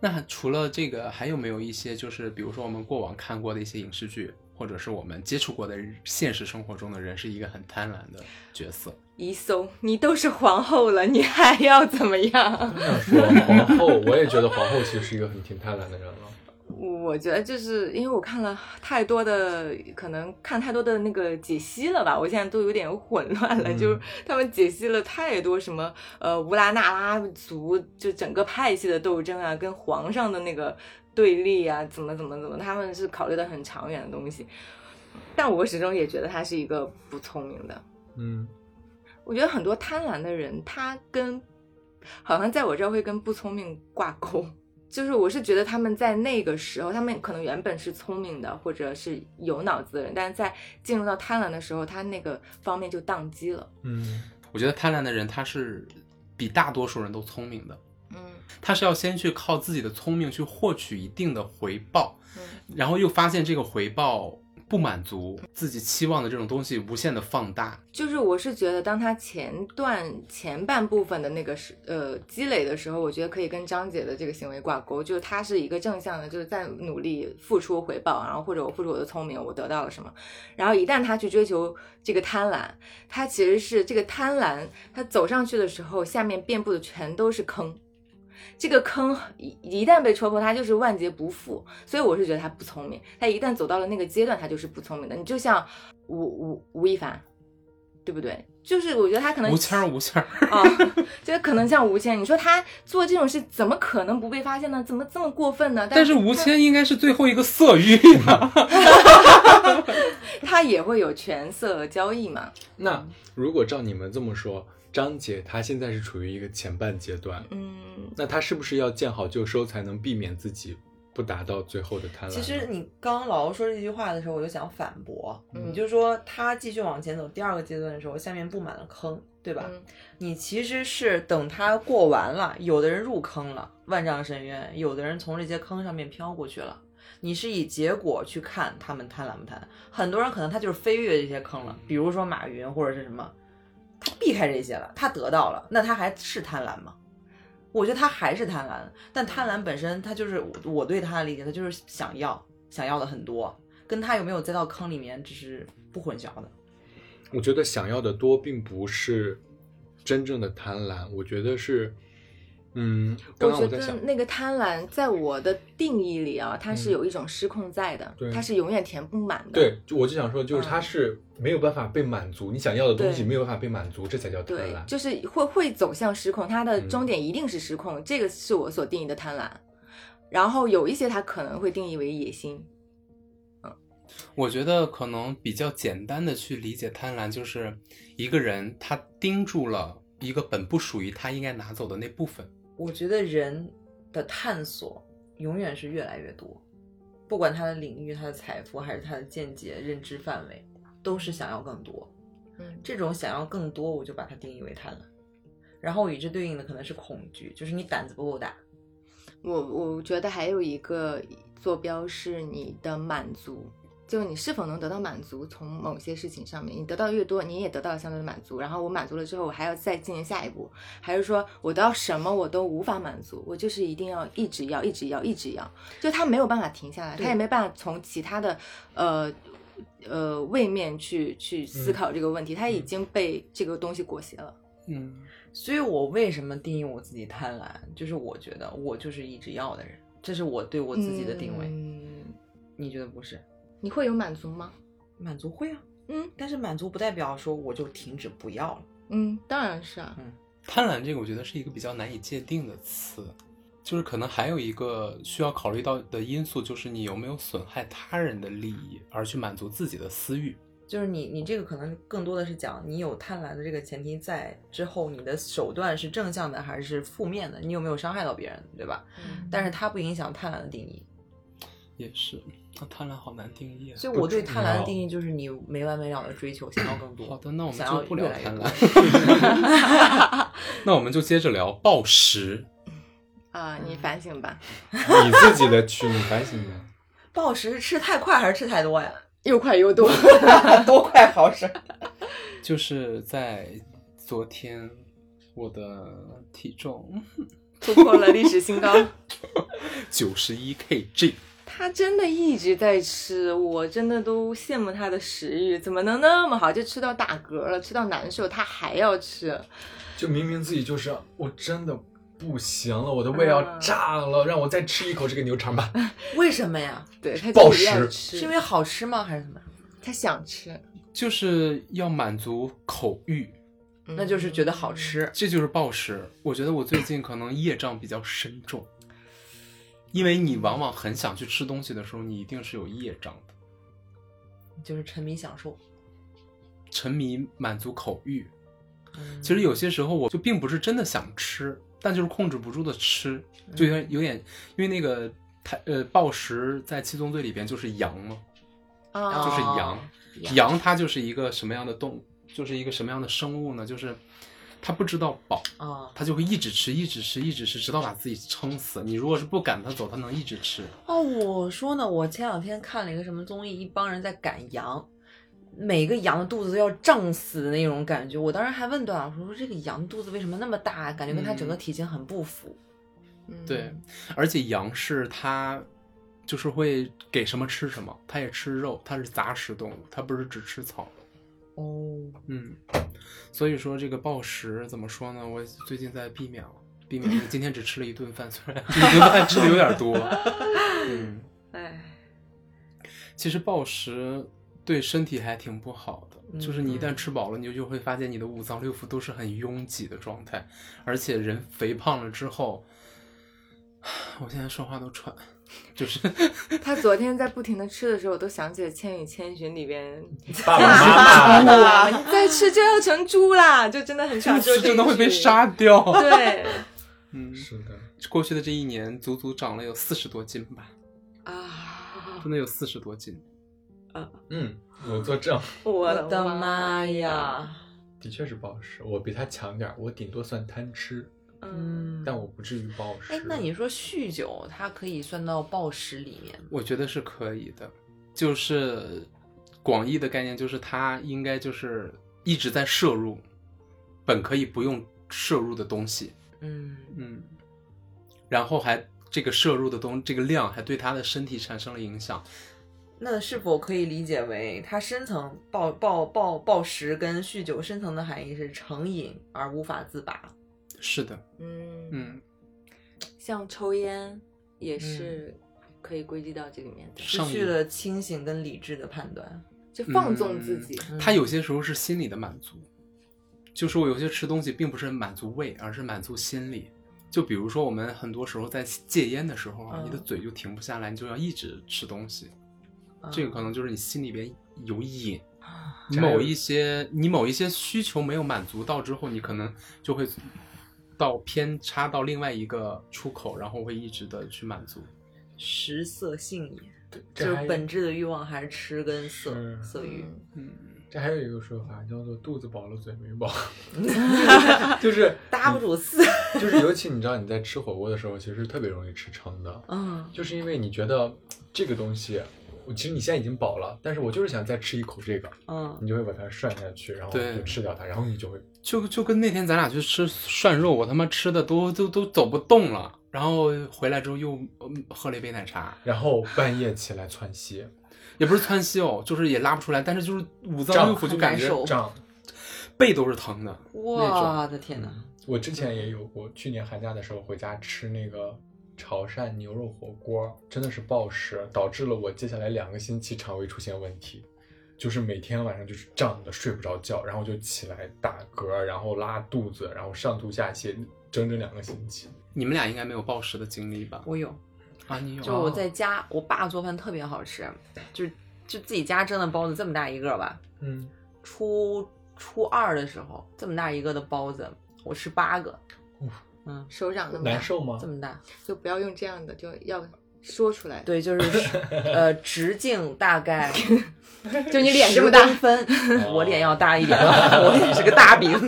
那除了这个，还有没有一些就是比如说我们过往看过的一些影视剧，或者是我们接触过的现实生活中的人是一个很贪婪的角色？一搜你都是皇后了，你还要怎么样？这样说皇后，我也觉得皇后其实是一个很挺贪婪的人了。我觉得就是因为我看了太多的，可能看太多的那个解析了吧，我现在都有点混乱了，嗯就是他们解析了太多什么呃乌拉那拉族就整个派系的斗争啊，跟皇上的那个对立啊，怎么怎么怎么，他们是考虑的很长远的东西，但我始终也觉得他是一个不聪明的，嗯，我觉得很多贪婪的人，他跟好像在我这儿会跟不聪明挂钩。就是我是觉得他们在那个时候，他们可能原本是聪明的或者是有脑子的人，但是在进入到贪婪的时候，他那个方面就宕机了。嗯，我觉得贪婪的人他是比大多数人都聪明的，嗯他是要先去靠自己的聪明去获取一定的回报，嗯然后又发现这个回报不满足自己期望的这种东西，无限的放大。就是我是觉得，当他前段前半部分的那个时呃积累的时候，我觉得可以跟张姐的这个行为挂钩，就是他是一个正向的，就是在努力付出回报，然后或者我付出我的聪明，我得到了什么。然后一旦他去追求这个贪婪，他其实是这个贪婪，他走上去的时候，下面遍布的全都是坑。这个坑一一旦被戳破，他就是万劫不复。所以我是觉得他不聪明，他一旦走到了那个阶段，他就是不聪明的。你就像吴吴吴亦凡，对不对？就是我觉得他可能无签儿无签儿，啊、就是可能像吴谦，你说他做这种事怎么可能不被发现呢？怎么这么过分呢？但是是吴他谦应该是最后一个色欲啊。他也会有权色交易嘛，那如果照你们这么说，张姐她现在是处于一个前半阶段，嗯，那她是不是要见好就收，才能避免自己不达到最后的贪婪呢？其实你刚刚老欧说这句话的时候，我就想反驳，嗯你就说他继续往前走第二个阶段的时候，下面布满了坑，对吧？嗯你其实是等他过完了，有的人入坑了，万丈深渊；有的人从这些坑上面飘过去了。你是以结果去看他们贪婪不贪婪，很多人可能他就是飞跃这些坑了，比如说马云或者是什么，他避开这些了，他得到了，那他还是贪婪吗？我觉得他还是贪婪，但贪婪本身，他就是我我对他的理解，他就是想要想要的很多，跟他有没有栽到坑里面，这是不混淆的。我觉得想要的多，并不是真正的贪婪，我觉得是，嗯，刚我刚觉我在得想，那个贪婪在我的定义里啊，它是嗯有一种失控在的，对它是永远填不满的。对，就我就想说，就是嗯她是没有办法被满足，你想要的东西对没有办法被满足，这才叫贪对，婪。就是会会走向失控，它的嗯终点一定是失控，这个是我所定义的贪婪。然后有一些它可能会定义为野心，我觉得可能比较简单的去理解贪婪，就是一个人他盯住了一个本不属于他应该拿走的那部分。我觉得人的探索永远是越来越多，不管他的领域、他的财富，还是他的见解、认知范围，都是想要更多。嗯这种想要更多，我就把它定义为贪婪。然后与之对应的可能是恐惧，就是你胆子不够大。我我觉得还有一个坐标是你的满足，就你是否能得到满足，从某些事情上面，你得到越多，你也得到了相对的满足。然后我满足了之后，我还要再进行下一步，还是说我得到什么我都无法满足，我就是一定要一直要，一直要，一直要，就他没有办法停下来，对他也没办法从其他的呃呃位面去去嗯思考这个问题，他已经被这个东西裹挟了。嗯，所以我为什么定义我自己贪婪？就是我觉得我就是一直要的人，这是我对我自己的定位。嗯你觉得不是？你会有满足吗？满足会啊，嗯但是满足不代表说我就停止不要了。嗯，当然是啊。贪婪这个我觉得是一个比较难以界定的词，就是可能还有一个需要考虑到的因素，就是你有没有损害他人的利益而去满足自己的私欲。就是你，你这个可能更多的是讲你有贪婪的这个前提在之后，你的手段是正向的还是负面的，你有没有伤害到别人，对吧？但是它不影响贪婪的定义。也是，那贪婪好难定义啊。所以我对贪婪的定义，义就是你没完没了的追求，想要更多。好的，那我们想要就不聊越来越贪多婪，那我们就接着聊暴食。啊、嗯你反省吧，你自己的去，你反省吧。 暴食是吃太快还是吃 太多呀？又快又 多。多快好使。就是在昨天，我的体重突破了历史新高。 九十一 kg， 他真的一直在吃，我真的都羡慕他的食欲，怎么能那么好？就吃到打嗝了，吃到难受，他还要吃。就明明自己就是我真的不行了，我的胃嗯要炸了，让我再吃一口这个牛肠 吧。为什么呀？对他暴就食是要是因吃，为好吃吗？还是怎么？他想吃，就是要满足口欲，嗯那就是觉得嗯好。吃。这就是暴食。我觉得我最近可能业障比较深重，因为你往往很想去吃东西的时候，你一定是有业障的，就是沉迷享受。沉迷满足口欲。嗯其实有些时候我就并不是真的想吃，但就是控制不住的吃，就有点有点，因为那个它呃暴食在七宗罪里边就是羊嘛，啊，就是哦羊。羊羊它就是一个什么样的动，就是一个什么样的生物呢？就是它不知道饱，啊它就会一直吃，一直吃，一直吃，直到把自己撑死。你如果是不赶它走，它能一直吃。哦，我说呢，我前两天看了一个什么综艺，一帮人在赶羊，每个羊的肚子都要胀死的那种感觉。我当时还问段老师说：“这个羊肚子为什么那么大？感觉跟它整个体型很不符。嗯对，而且羊是它就是会给什么吃什么，它也吃肉，它是杂食动物，它不是只吃草。”哦，嗯，所以说这个暴食怎么说呢？我最近在避免了，避免今天只吃了一顿饭，虽然 一顿饭吃的有点多。 嗯，哎，其实暴食对身体还挺不好嗯的，就是你一旦吃饱了，你就就会发现你的五脏六腑都是很拥挤的状态，而且人肥胖了之后，我现在说话都喘， 就是他昨天在不停的吃的时候，我都想起了《千与千寻》里边，爸爸妈妈，啊，你再吃就要成猪啦，就真的很想说真的会被杀。杀 掉。对 嗯，是的，过去的这一年足足长了有四十多斤吧，啊，真的有四十多斤。嗯，我作证，我我的的妈！呀！的确是暴食，我比他强点儿，我顶多算贪吃，嗯，嗯，但我不至于暴食。哎，那你说酗酒，它可以算到暴食里面吗？我觉得是可以的，就是广义的概念，就是它应该就是一直在摄入本可以不用摄入的东西，嗯，嗯，然后还这个摄入的东这个量还对他的身体产生了影响，那是否可以理解为它深层暴暴暴暴食跟酗酒深层的含义是成瘾而无法自拔？是的，嗯嗯，像抽烟也是可以归结到这里面的，失上去瘾了清醒跟理智的判断。就嗯放纵自己。他有些时候是心理的满足，就是我有些吃东西并不是满足胃，而是满足心理。就比如说，我们很多时候在戒烟的时候啊，嗯你的嘴就停不下来，你就要一直吃东西。这个可能就是你心里边有瘾，嗯啊加油某一些你某一些需求没有满足到之后，你可能就会到偏差到另外一个出口，然后会一直的去满足。食色性也，这就是还本质的欲望还是吃跟色是色欲。嗯，这还有一个说法叫做肚子饱了嘴没 饱，就是嗯搭不住四，就是尤其你知道你在吃火锅的时候，其实特别容易吃撑的，嗯，就是因为你觉得这个东西，我其实你现在已经饱了，但是我就是想再吃一口这个，嗯，你就会把它涮下去，然后对就吃掉它，然后你就会就就跟那天咱俩去吃涮肉，我他妈吃的都都都走不动了，然后回来之后又、嗯喝了一杯奶茶，然后半夜起来窜稀也不是窜稀哦，就是也拉不出来，但是就是五脏胀六腑就感很难觉受胀。背都是疼的。我的天哪，我之前也有过，去年寒假的时候回家吃那个潮汕牛肉火锅，真的是暴食，导致了我接下来两个星期肠胃出现问题，就是每天晚上就是胀的睡不着觉，然后就起来打嗝，然后拉肚子，然后上吐下泻，整整两个星期。你们俩应该没有暴食的经历吧？我有，啊，你有啊？就我在家，我爸做饭特别好吃，就就自己家蒸的包子这么大一个吧，嗯，初初二的时候这么大一个的包子，我吃八个，嗯，手掌那么难大，受吗这？么大，就不要用这样的，就要说出来。，对，就是 呃直径大 概就你脸这么大10公分，哦我脸要大一点，我脸是个大饼。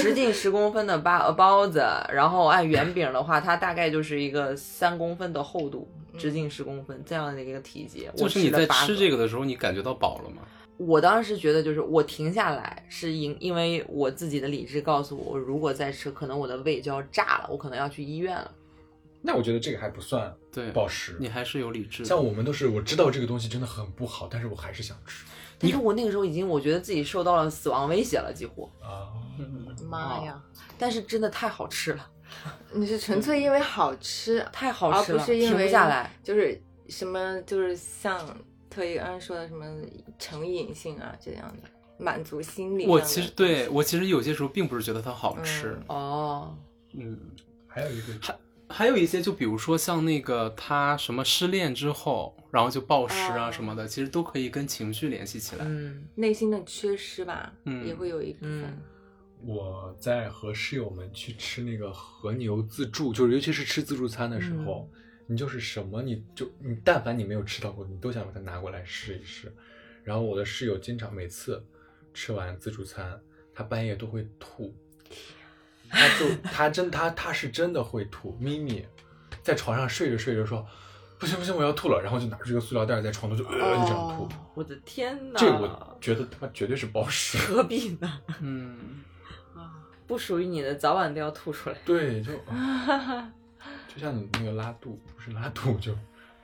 直径十公分的包呃包子，然后按圆饼的话，它大概就是一个三公分的厚度，直径十公分这样的一个体积。我就是你在吃这个，个的时候，你感觉到饱了吗？我当时觉得就是我停下来是因因为我自己的理智告诉我，我如果再吃，可能我的胃就要炸了，我可能要去医院了。那我觉得这个还不算对，暴食。你还是有理智的。像我们都是，我知道这个东西真的很不好，但是我还是想吃但是我那个时候已经我觉得自己受到了死亡威胁了，几乎。啊。哦妈呀，但是真的太好吃了，你是纯粹因为好吃，太好吃了，而不是因停哦不为下来。就是什么就是像特一安说的什么成瘾性啊这样的，满足心理上的。我其实对我其实有些时候并不是觉得它好吃，哦，嗯，还有一个还有一些就比如说像那个他什么失恋之后，然后就暴食啊哦什么的，其实都可以跟情绪联系起来。嗯内心的缺失吧，嗯也会有一部分。嗯我在和室友们去吃那个和牛自助，就是尤其是吃自助餐的时候，你就是什么你就你但凡你没有吃到过，你都想把它拿过来试一试。然后我的室友经常每次吃完自助餐，他半夜都会吐，他就他真他他是真的会吐。咪咪在床上睡着睡着说。不行不行，我要吐了，然后就拿出一个塑料袋在床头就呃就这样吐，哦我的天哪，这我觉得他妈绝对是暴食。何必呢？ 嗯，不属于你的，早晚都要吐出来。对，就就像你那个拉肚，不是拉肚就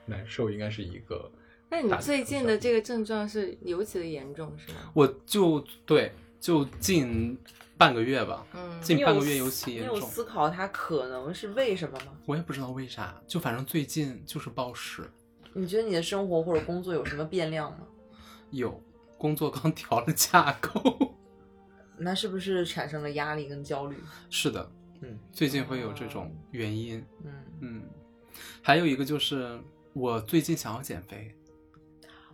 难受，应该是一个。那你最近的这个症状是尤其的严重，是吗？我就对就近半个月吧，嗯，近半个月你尤有其你严有重。思考它可能是为什么吗？我也不知道为啥，就反正最近就是暴食，你觉得你的生活或者工作有什么变量吗？有工作刚调了架构， 那是不是产生了压力跟焦虑？是的，嗯最近会有这种原因。嗯，嗯，还有一个就是我最近想要减肥，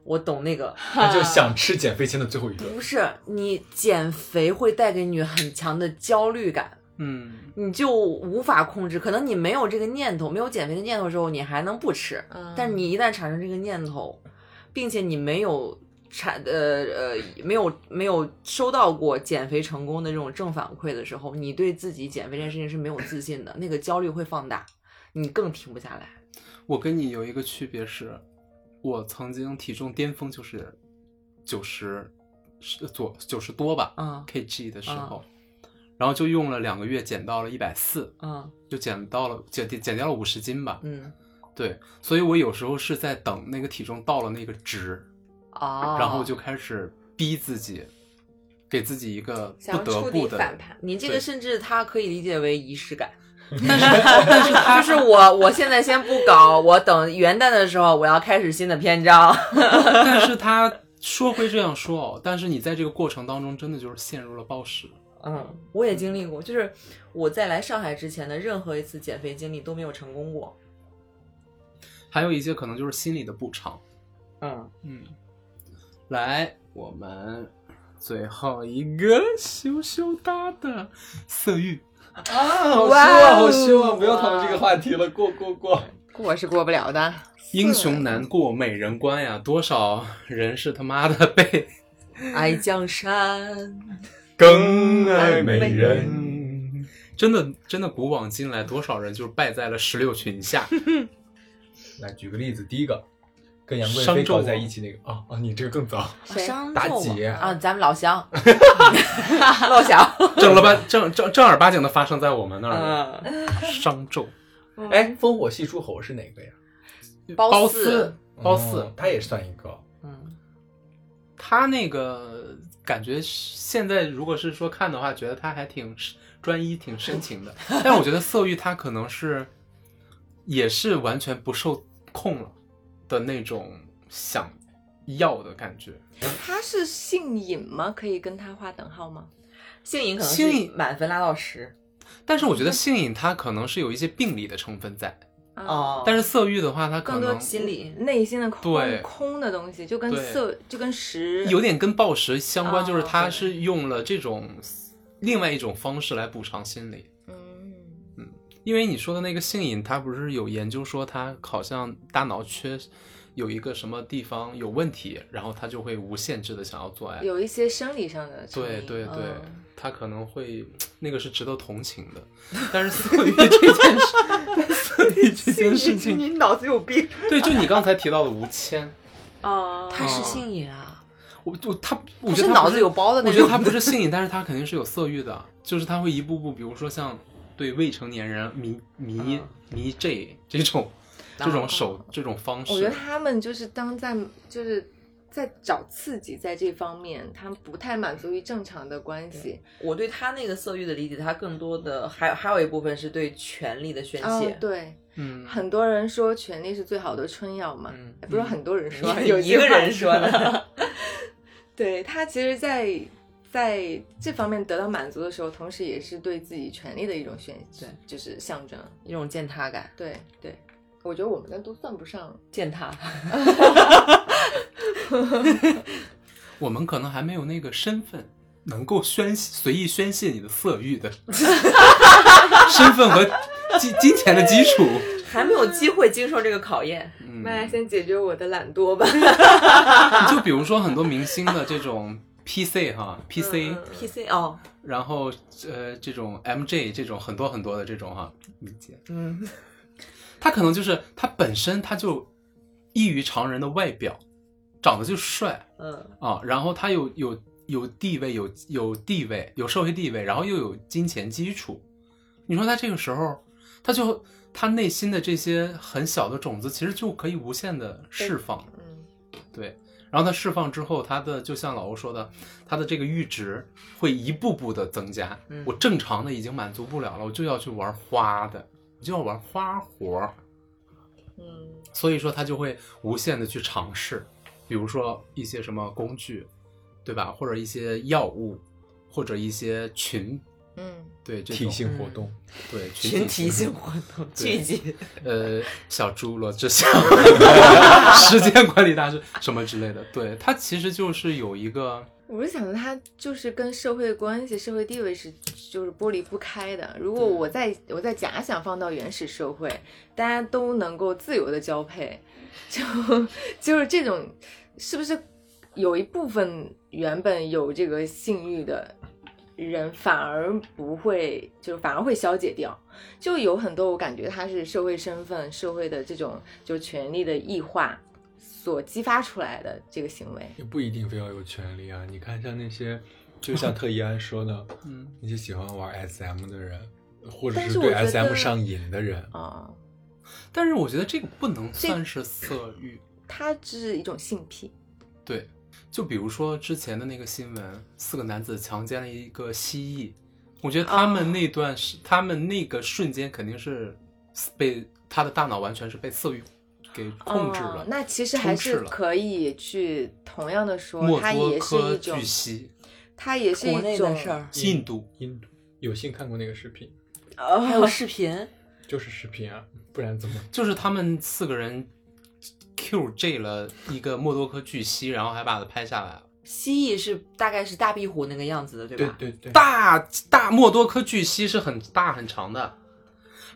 我懂那个，他就想吃减肥前的最后一顿 不，是你减肥会带给你很强的焦虑感。嗯，你就无法控制。可能你没有这个念头，没有减肥的念头的时候，你还能不吃。嗯但你一旦产生这个念头，并且你没有产呃呃没有没有收到过减肥成功的这种正反馈的时候，你对自己减肥这件事情是没有自信的，那个焦虑会放大，你更停不下来。我跟你有一个区别是，我曾经体重巅峰就是九十左九十多吧嗯 kg 的时啊候，然后就用了两个月减到了一百四，啊嗯就减到了减减掉了五十斤吧。嗯对，所以我有时候是在等那个体重到了那个值，哦，然后就开始逼自己，给自己一个想不要得触不底的反弹。你这对个甚至它可以理解为仪 式感。但是但是他就是我，我现在先不搞，我等元旦的时候我要开始新的篇章。但是他说归这样说哦，但是你在这个过程当中真的就是陷入了暴食。嗯，我也经历过，就是我在来上海之前的任何一次减肥经历都没有成功过。还有一些可能就是心理的补偿，嗯嗯，来，我们最后一个羞羞答的色欲，啊，好哇希望，哦好希望，不要讨论这个话题了，过过过。过是过不了的。英雄难过美人关呀，多少人是他妈的被爱哎江 山，更爱美人。真的真的古往今来，多少人就是败在了石榴裙下。来举个例子，第一个跟杨贵商妃纣搞王在一起那个啊啊，你这个更早，谁商妲纣己王啊，咱们老乡， 老乡，正儿八正正正儿八经的发生在我们那儿，嗯，商纣、嗯哎，烽火戏诸侯是哪个呀？褒褒姒姒、褒姒哦，他也算一个。嗯，他那个感觉现在如果是说看的话，觉得他还挺专一、挺深 情的。但我觉得色欲他可能是也是完全不受控了的那种想要的感觉。他是性瘾吗？可以跟他划等号吗？性瘾可能性是瘾满分拉到十但是我嗯觉得性瘾它可能是有一些病理的成分在，啊哦，但是色欲的话，它可更多能心理内心的空对空的东西，就跟对色就跟食有点跟暴食相关，哦就是它是用了这种另外一种方式来补偿心理。嗯因为你说的那个性瘾，它不是有研究说它好像大脑缺有一个什么地方有问题，然后它就会无限制的想要做爱。有一些生理上的成对因对对嗯，它可能会那个是值得同情的，但是色欲这件事，色欲 这件事情，你脑子有病，对，就你刚才提到的吴谦，哦，他是哦性瘾啊，我我他，我他觉是得他脑不子是有包的我那觉得种，他不是性瘾，但是他肯定是有色欲的，就是他会一步步，比如说像对未成年人迷迷嗯迷这这种这种手这种方我觉得式，他们就是当在就是在找刺激，在这方面，他们不太满足于正常的关系。我对他那个色欲的理解，他更多的还有还有一部分是对权力的宣啊泄，，对，嗯，很多人说权力是最好的春药嘛，嗯哎不是很多人 说，嗯有一个句话人说 的。对他其实在，在这方面得到满足的时候，同时也是对自己权利的一种宣，对，就是象征。一种践踏感，对对，我觉得我们那都算不上。践踏， 我们可能还没有那个身份能够宣随意宣泄你的色 欲的身份和金金钱的基础，还没有机会经受这个考验。嗯，妈呀，先解决我的懒惰吧。就比如说很多明星的这种 PC 哈 PC， PC 哦，然后呃这种 MJ 这种很多很多的这种哈理解。嗯，他可能就是他本身他就异于常人的外表，长得就帅嗯，啊，然后他有有有地位，有有地位，有社会地位，然后又有金钱基础。你说他这个时候，他就他内心的这些很小的种子，其实就可以无限的释放。嗯，对，然后他释放之后，他的就像老欧说的，他的这个阈值会一步步的增加。嗯我正常的已经满足不了了，我就要去玩花的，我就要玩花活儿。嗯，所以说他就会无限的去尝试，比如说一些什么工具，对吧？或者一些药物，或者一些群，嗯，对这体种性活动，对群群体体性活动聚集，呃小猪罗志祥， 时间管理大师什么之类的，对他其实就是有一个我是想着他就是跟社会关系、社会地位是就是剥离不开的。如果我在我在假想放到原始社会，大家都能够自由的交配，就就是这种，是不是有一部分原本有这个性欲的人反而不会，就是反而会消解掉？就有很多我感觉他是社会身份、社会的这种就权力的异化所激发出来的这个行为。也不一定非要有权利啊。你看像那些，就像特一安说的，嗯那些喜欢玩 SM 的人，或者但是对我觉得 SM 上瘾的人，啊、但是我觉得这个不能算是色欲，它只是一种性癖。对。就比如说之前的那个新闻，四个男子强奸了一个蜥蜴，我觉得他哦们那段是、他们那个瞬间肯定是被他的大脑完全是被色欲给控制了，哦，那其实还是充斥了可以去同样的说，莫它多也是科一种嗯巨，蜥，它也是国一内种的事儿，印度印度有幸看过那个视频，还 有视频，就是视频啊，不然怎么？就是他们四个人 Q J 了一个默多克巨蜥，然后还把它拍下来了。蜥蜴是大概是大壁虎那个样子的，对对吧？对对，大大默多克巨蜥是很大很长的，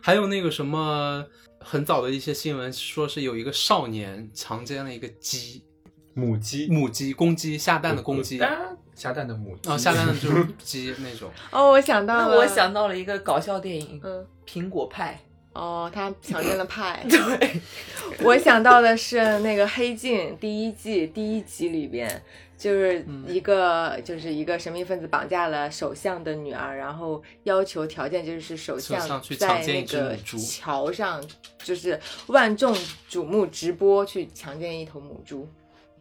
还有那个什么，很早的一些新闻说是有一个少年强奸了一个鸡，母鸡，母鸡、公鸡下蛋的公鸡，嗯然下蛋的母鸡，后下蛋的就是鸡那种。哦，我想到那了，我，想到了一个搞笑电影《嗯，苹果派。哦，他强奸了派》，对，我想到的是那个《黑镜》第一季第一集里边，就是一个、就是一个神秘分子绑架了首相的女儿，然后要求条件就是首首相相去在强奸那一只母个猪桥上，就是万众瞩目直播去强奸一头母猪。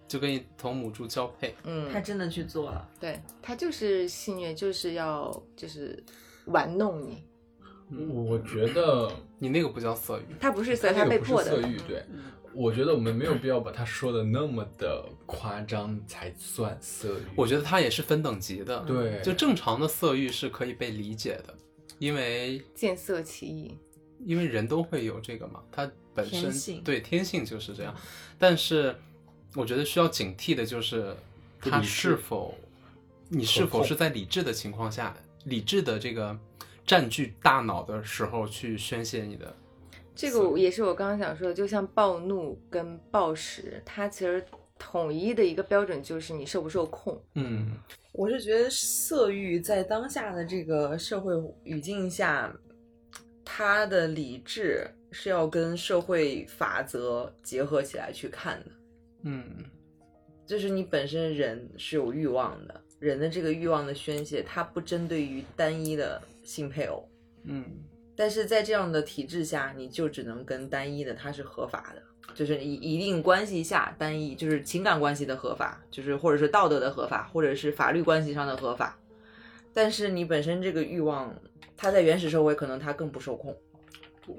就跟一头母猪交配，嗯， 他真的去做了。对他就是戏虐，就是要就是玩弄你， 我觉 得你那个不叫色欲，他不是色，它他这被个不迫是的。色欲，对。嗯我觉得我们没有必要把它说的那么的夸张才算色欲。我觉得它也是分等级的。对就正常的色欲是可以被理解的，因为见色起意。因为人都会有这个嘛，它本身天性嗯对天性就是这样。但是我觉得需要警惕的就是，不它理智是否你是可否控是在理智的情况下，理智的这个占据大脑的时候去宣泄你的。这个我也是我刚刚想说的，就像暴怒跟暴食，它其实统一的一个标准就是你受不受控。嗯，我是觉得色欲在当下的这个社会语境下，他的理智是要跟社会法则结合起来去看的。嗯，就是你本身人是有欲望的，人的这个欲望的宣泄，它不针对于单一的性配偶，嗯，但是在这样的体制下，你就只能跟单一的，它是合法的。就是一一定关系下单一，就是情感关系的合法，就是或者是道德的合法，或者是法律关系上的合法。但是你本身这个欲望，它在原始社会可能它更不受控。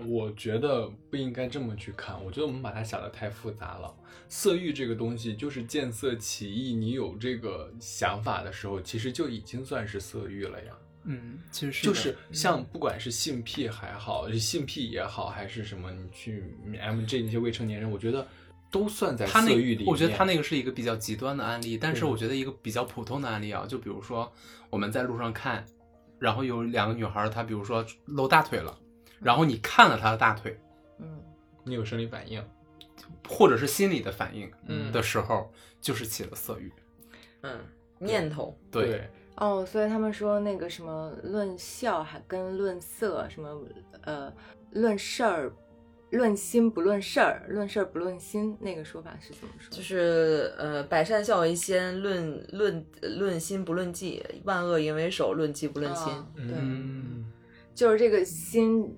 我觉得不应该这么去看，我觉得我们把它想得太复杂了。色欲这个东西就是见色起意，你有这个想法的时候，其实就已经算是色欲了呀。嗯，其实是就的是像不管是性癖还好，性癖也好，还是什么，你去哎 MJ 那些未成年人，我觉得都算在他色那欲里面。嗯我觉得他那个是一个比较极端的案例，但是对我觉得一个比较普通的案例啊，就比如说我们在路上看，然后有两个女孩儿，她比如说露大腿了，然后你看了她的大腿，嗯，你有生理反应，或者是心理的反应嗯的时候，就是起了色欲。嗯，念头，对，哦，所以他们说那个什么论孝还跟论色什么呃论事儿。论心不论事儿，论事儿不论心，那个说法是怎么说？就是呃，百善孝为先，论论论心不论迹，万恶淫为首，论迹不论心。啊对，嗯，就是这个心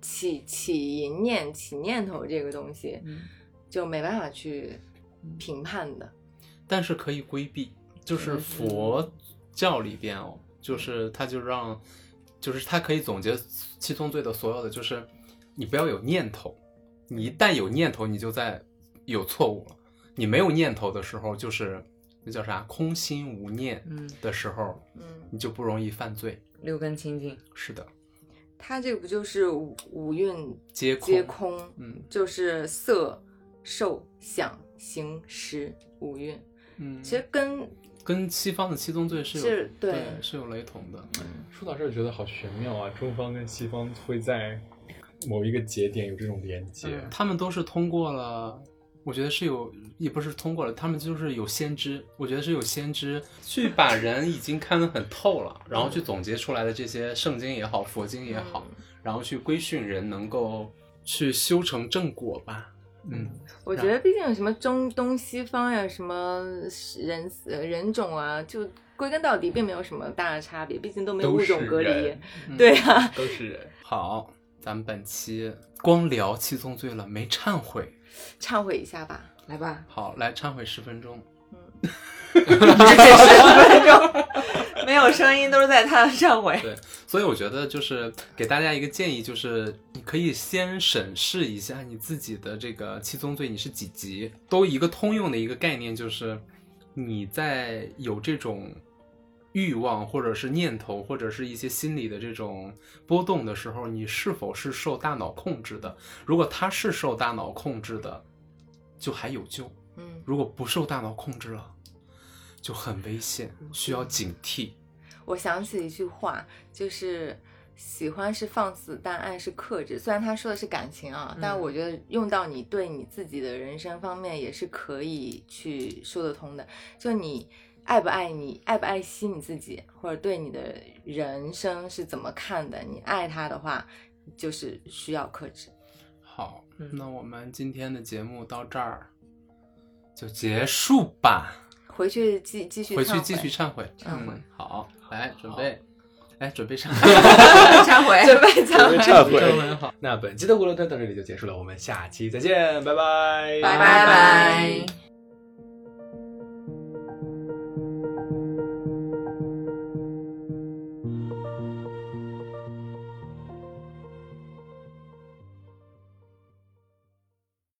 起起淫念、起念头这个东西，嗯就没办法去评判的。但是可以规避，嗯就是佛教里边哦，就是他就让，就是他可以总结七宗罪的所有的，就是你不要有念头，你一旦有念头，你就在有错误了。你没有念头的时候，就是那叫啥，空心无念嗯，的时候，嗯，你就不容易犯罪。六根清净。是的，它这个不就是五五蕴皆空，皆空，嗯就是色、受、想、行、识五蕴，嗯，其实跟跟西方的七宗罪是有是对是有雷同的。说到这儿觉得好玄妙啊，中方跟西方会在某一个节点有这种连接。嗯他们都是通过了，我觉得是有，也不是通过了，他们就是有先知，我觉得是有先知去把人已经看得很透了，然后去总结出来的这些圣经也好，佛经也好，然后去规训人能够去修成正果吧。嗯，我觉得，毕竟有什么中东西方呀，什么人呃人种啊，就归根到底并没有什么大的差别，毕竟都没有都物是种隔离人。嗯对啊，都是人，好，咱们本期光聊七宗罪了，没忏悔。忏悔一下吧。来吧，好，来忏悔十分钟。没有声音都是在他的忏悔。所以我觉得就是给大家一个建议，就是你可以先审视一下你自己的这个七宗罪，你是几级？都一个通用的一个概念，就是你在有这种欲望或者是念头或者是一些心理的这种波动的时候，你是否是受大脑控制的？如果它是受大脑控制的，就还有救；嗯，如果不受大脑控制了，就很危险，需要警惕。我想起一句话，就是喜欢是放肆，但爱是克制。虽然他说的是感情啊，嗯但我觉得用到你对你自己的人生方面也是可以去说得通的。就你爱不爱你，爱不爱惜你自己，或者对你的人生是怎么看的？你爱他的话，就是需要克制。好，嗯那我们今天的节目到这儿就结束吧，回去继继续回去忏继悔续忏悔，忏悔嗯好，来准备，来准备忏忏悔。准备 忏悔，忏悔悔，中文好。那本期的无论站到这里就结束了，我们下期再见，拜拜，拜拜拜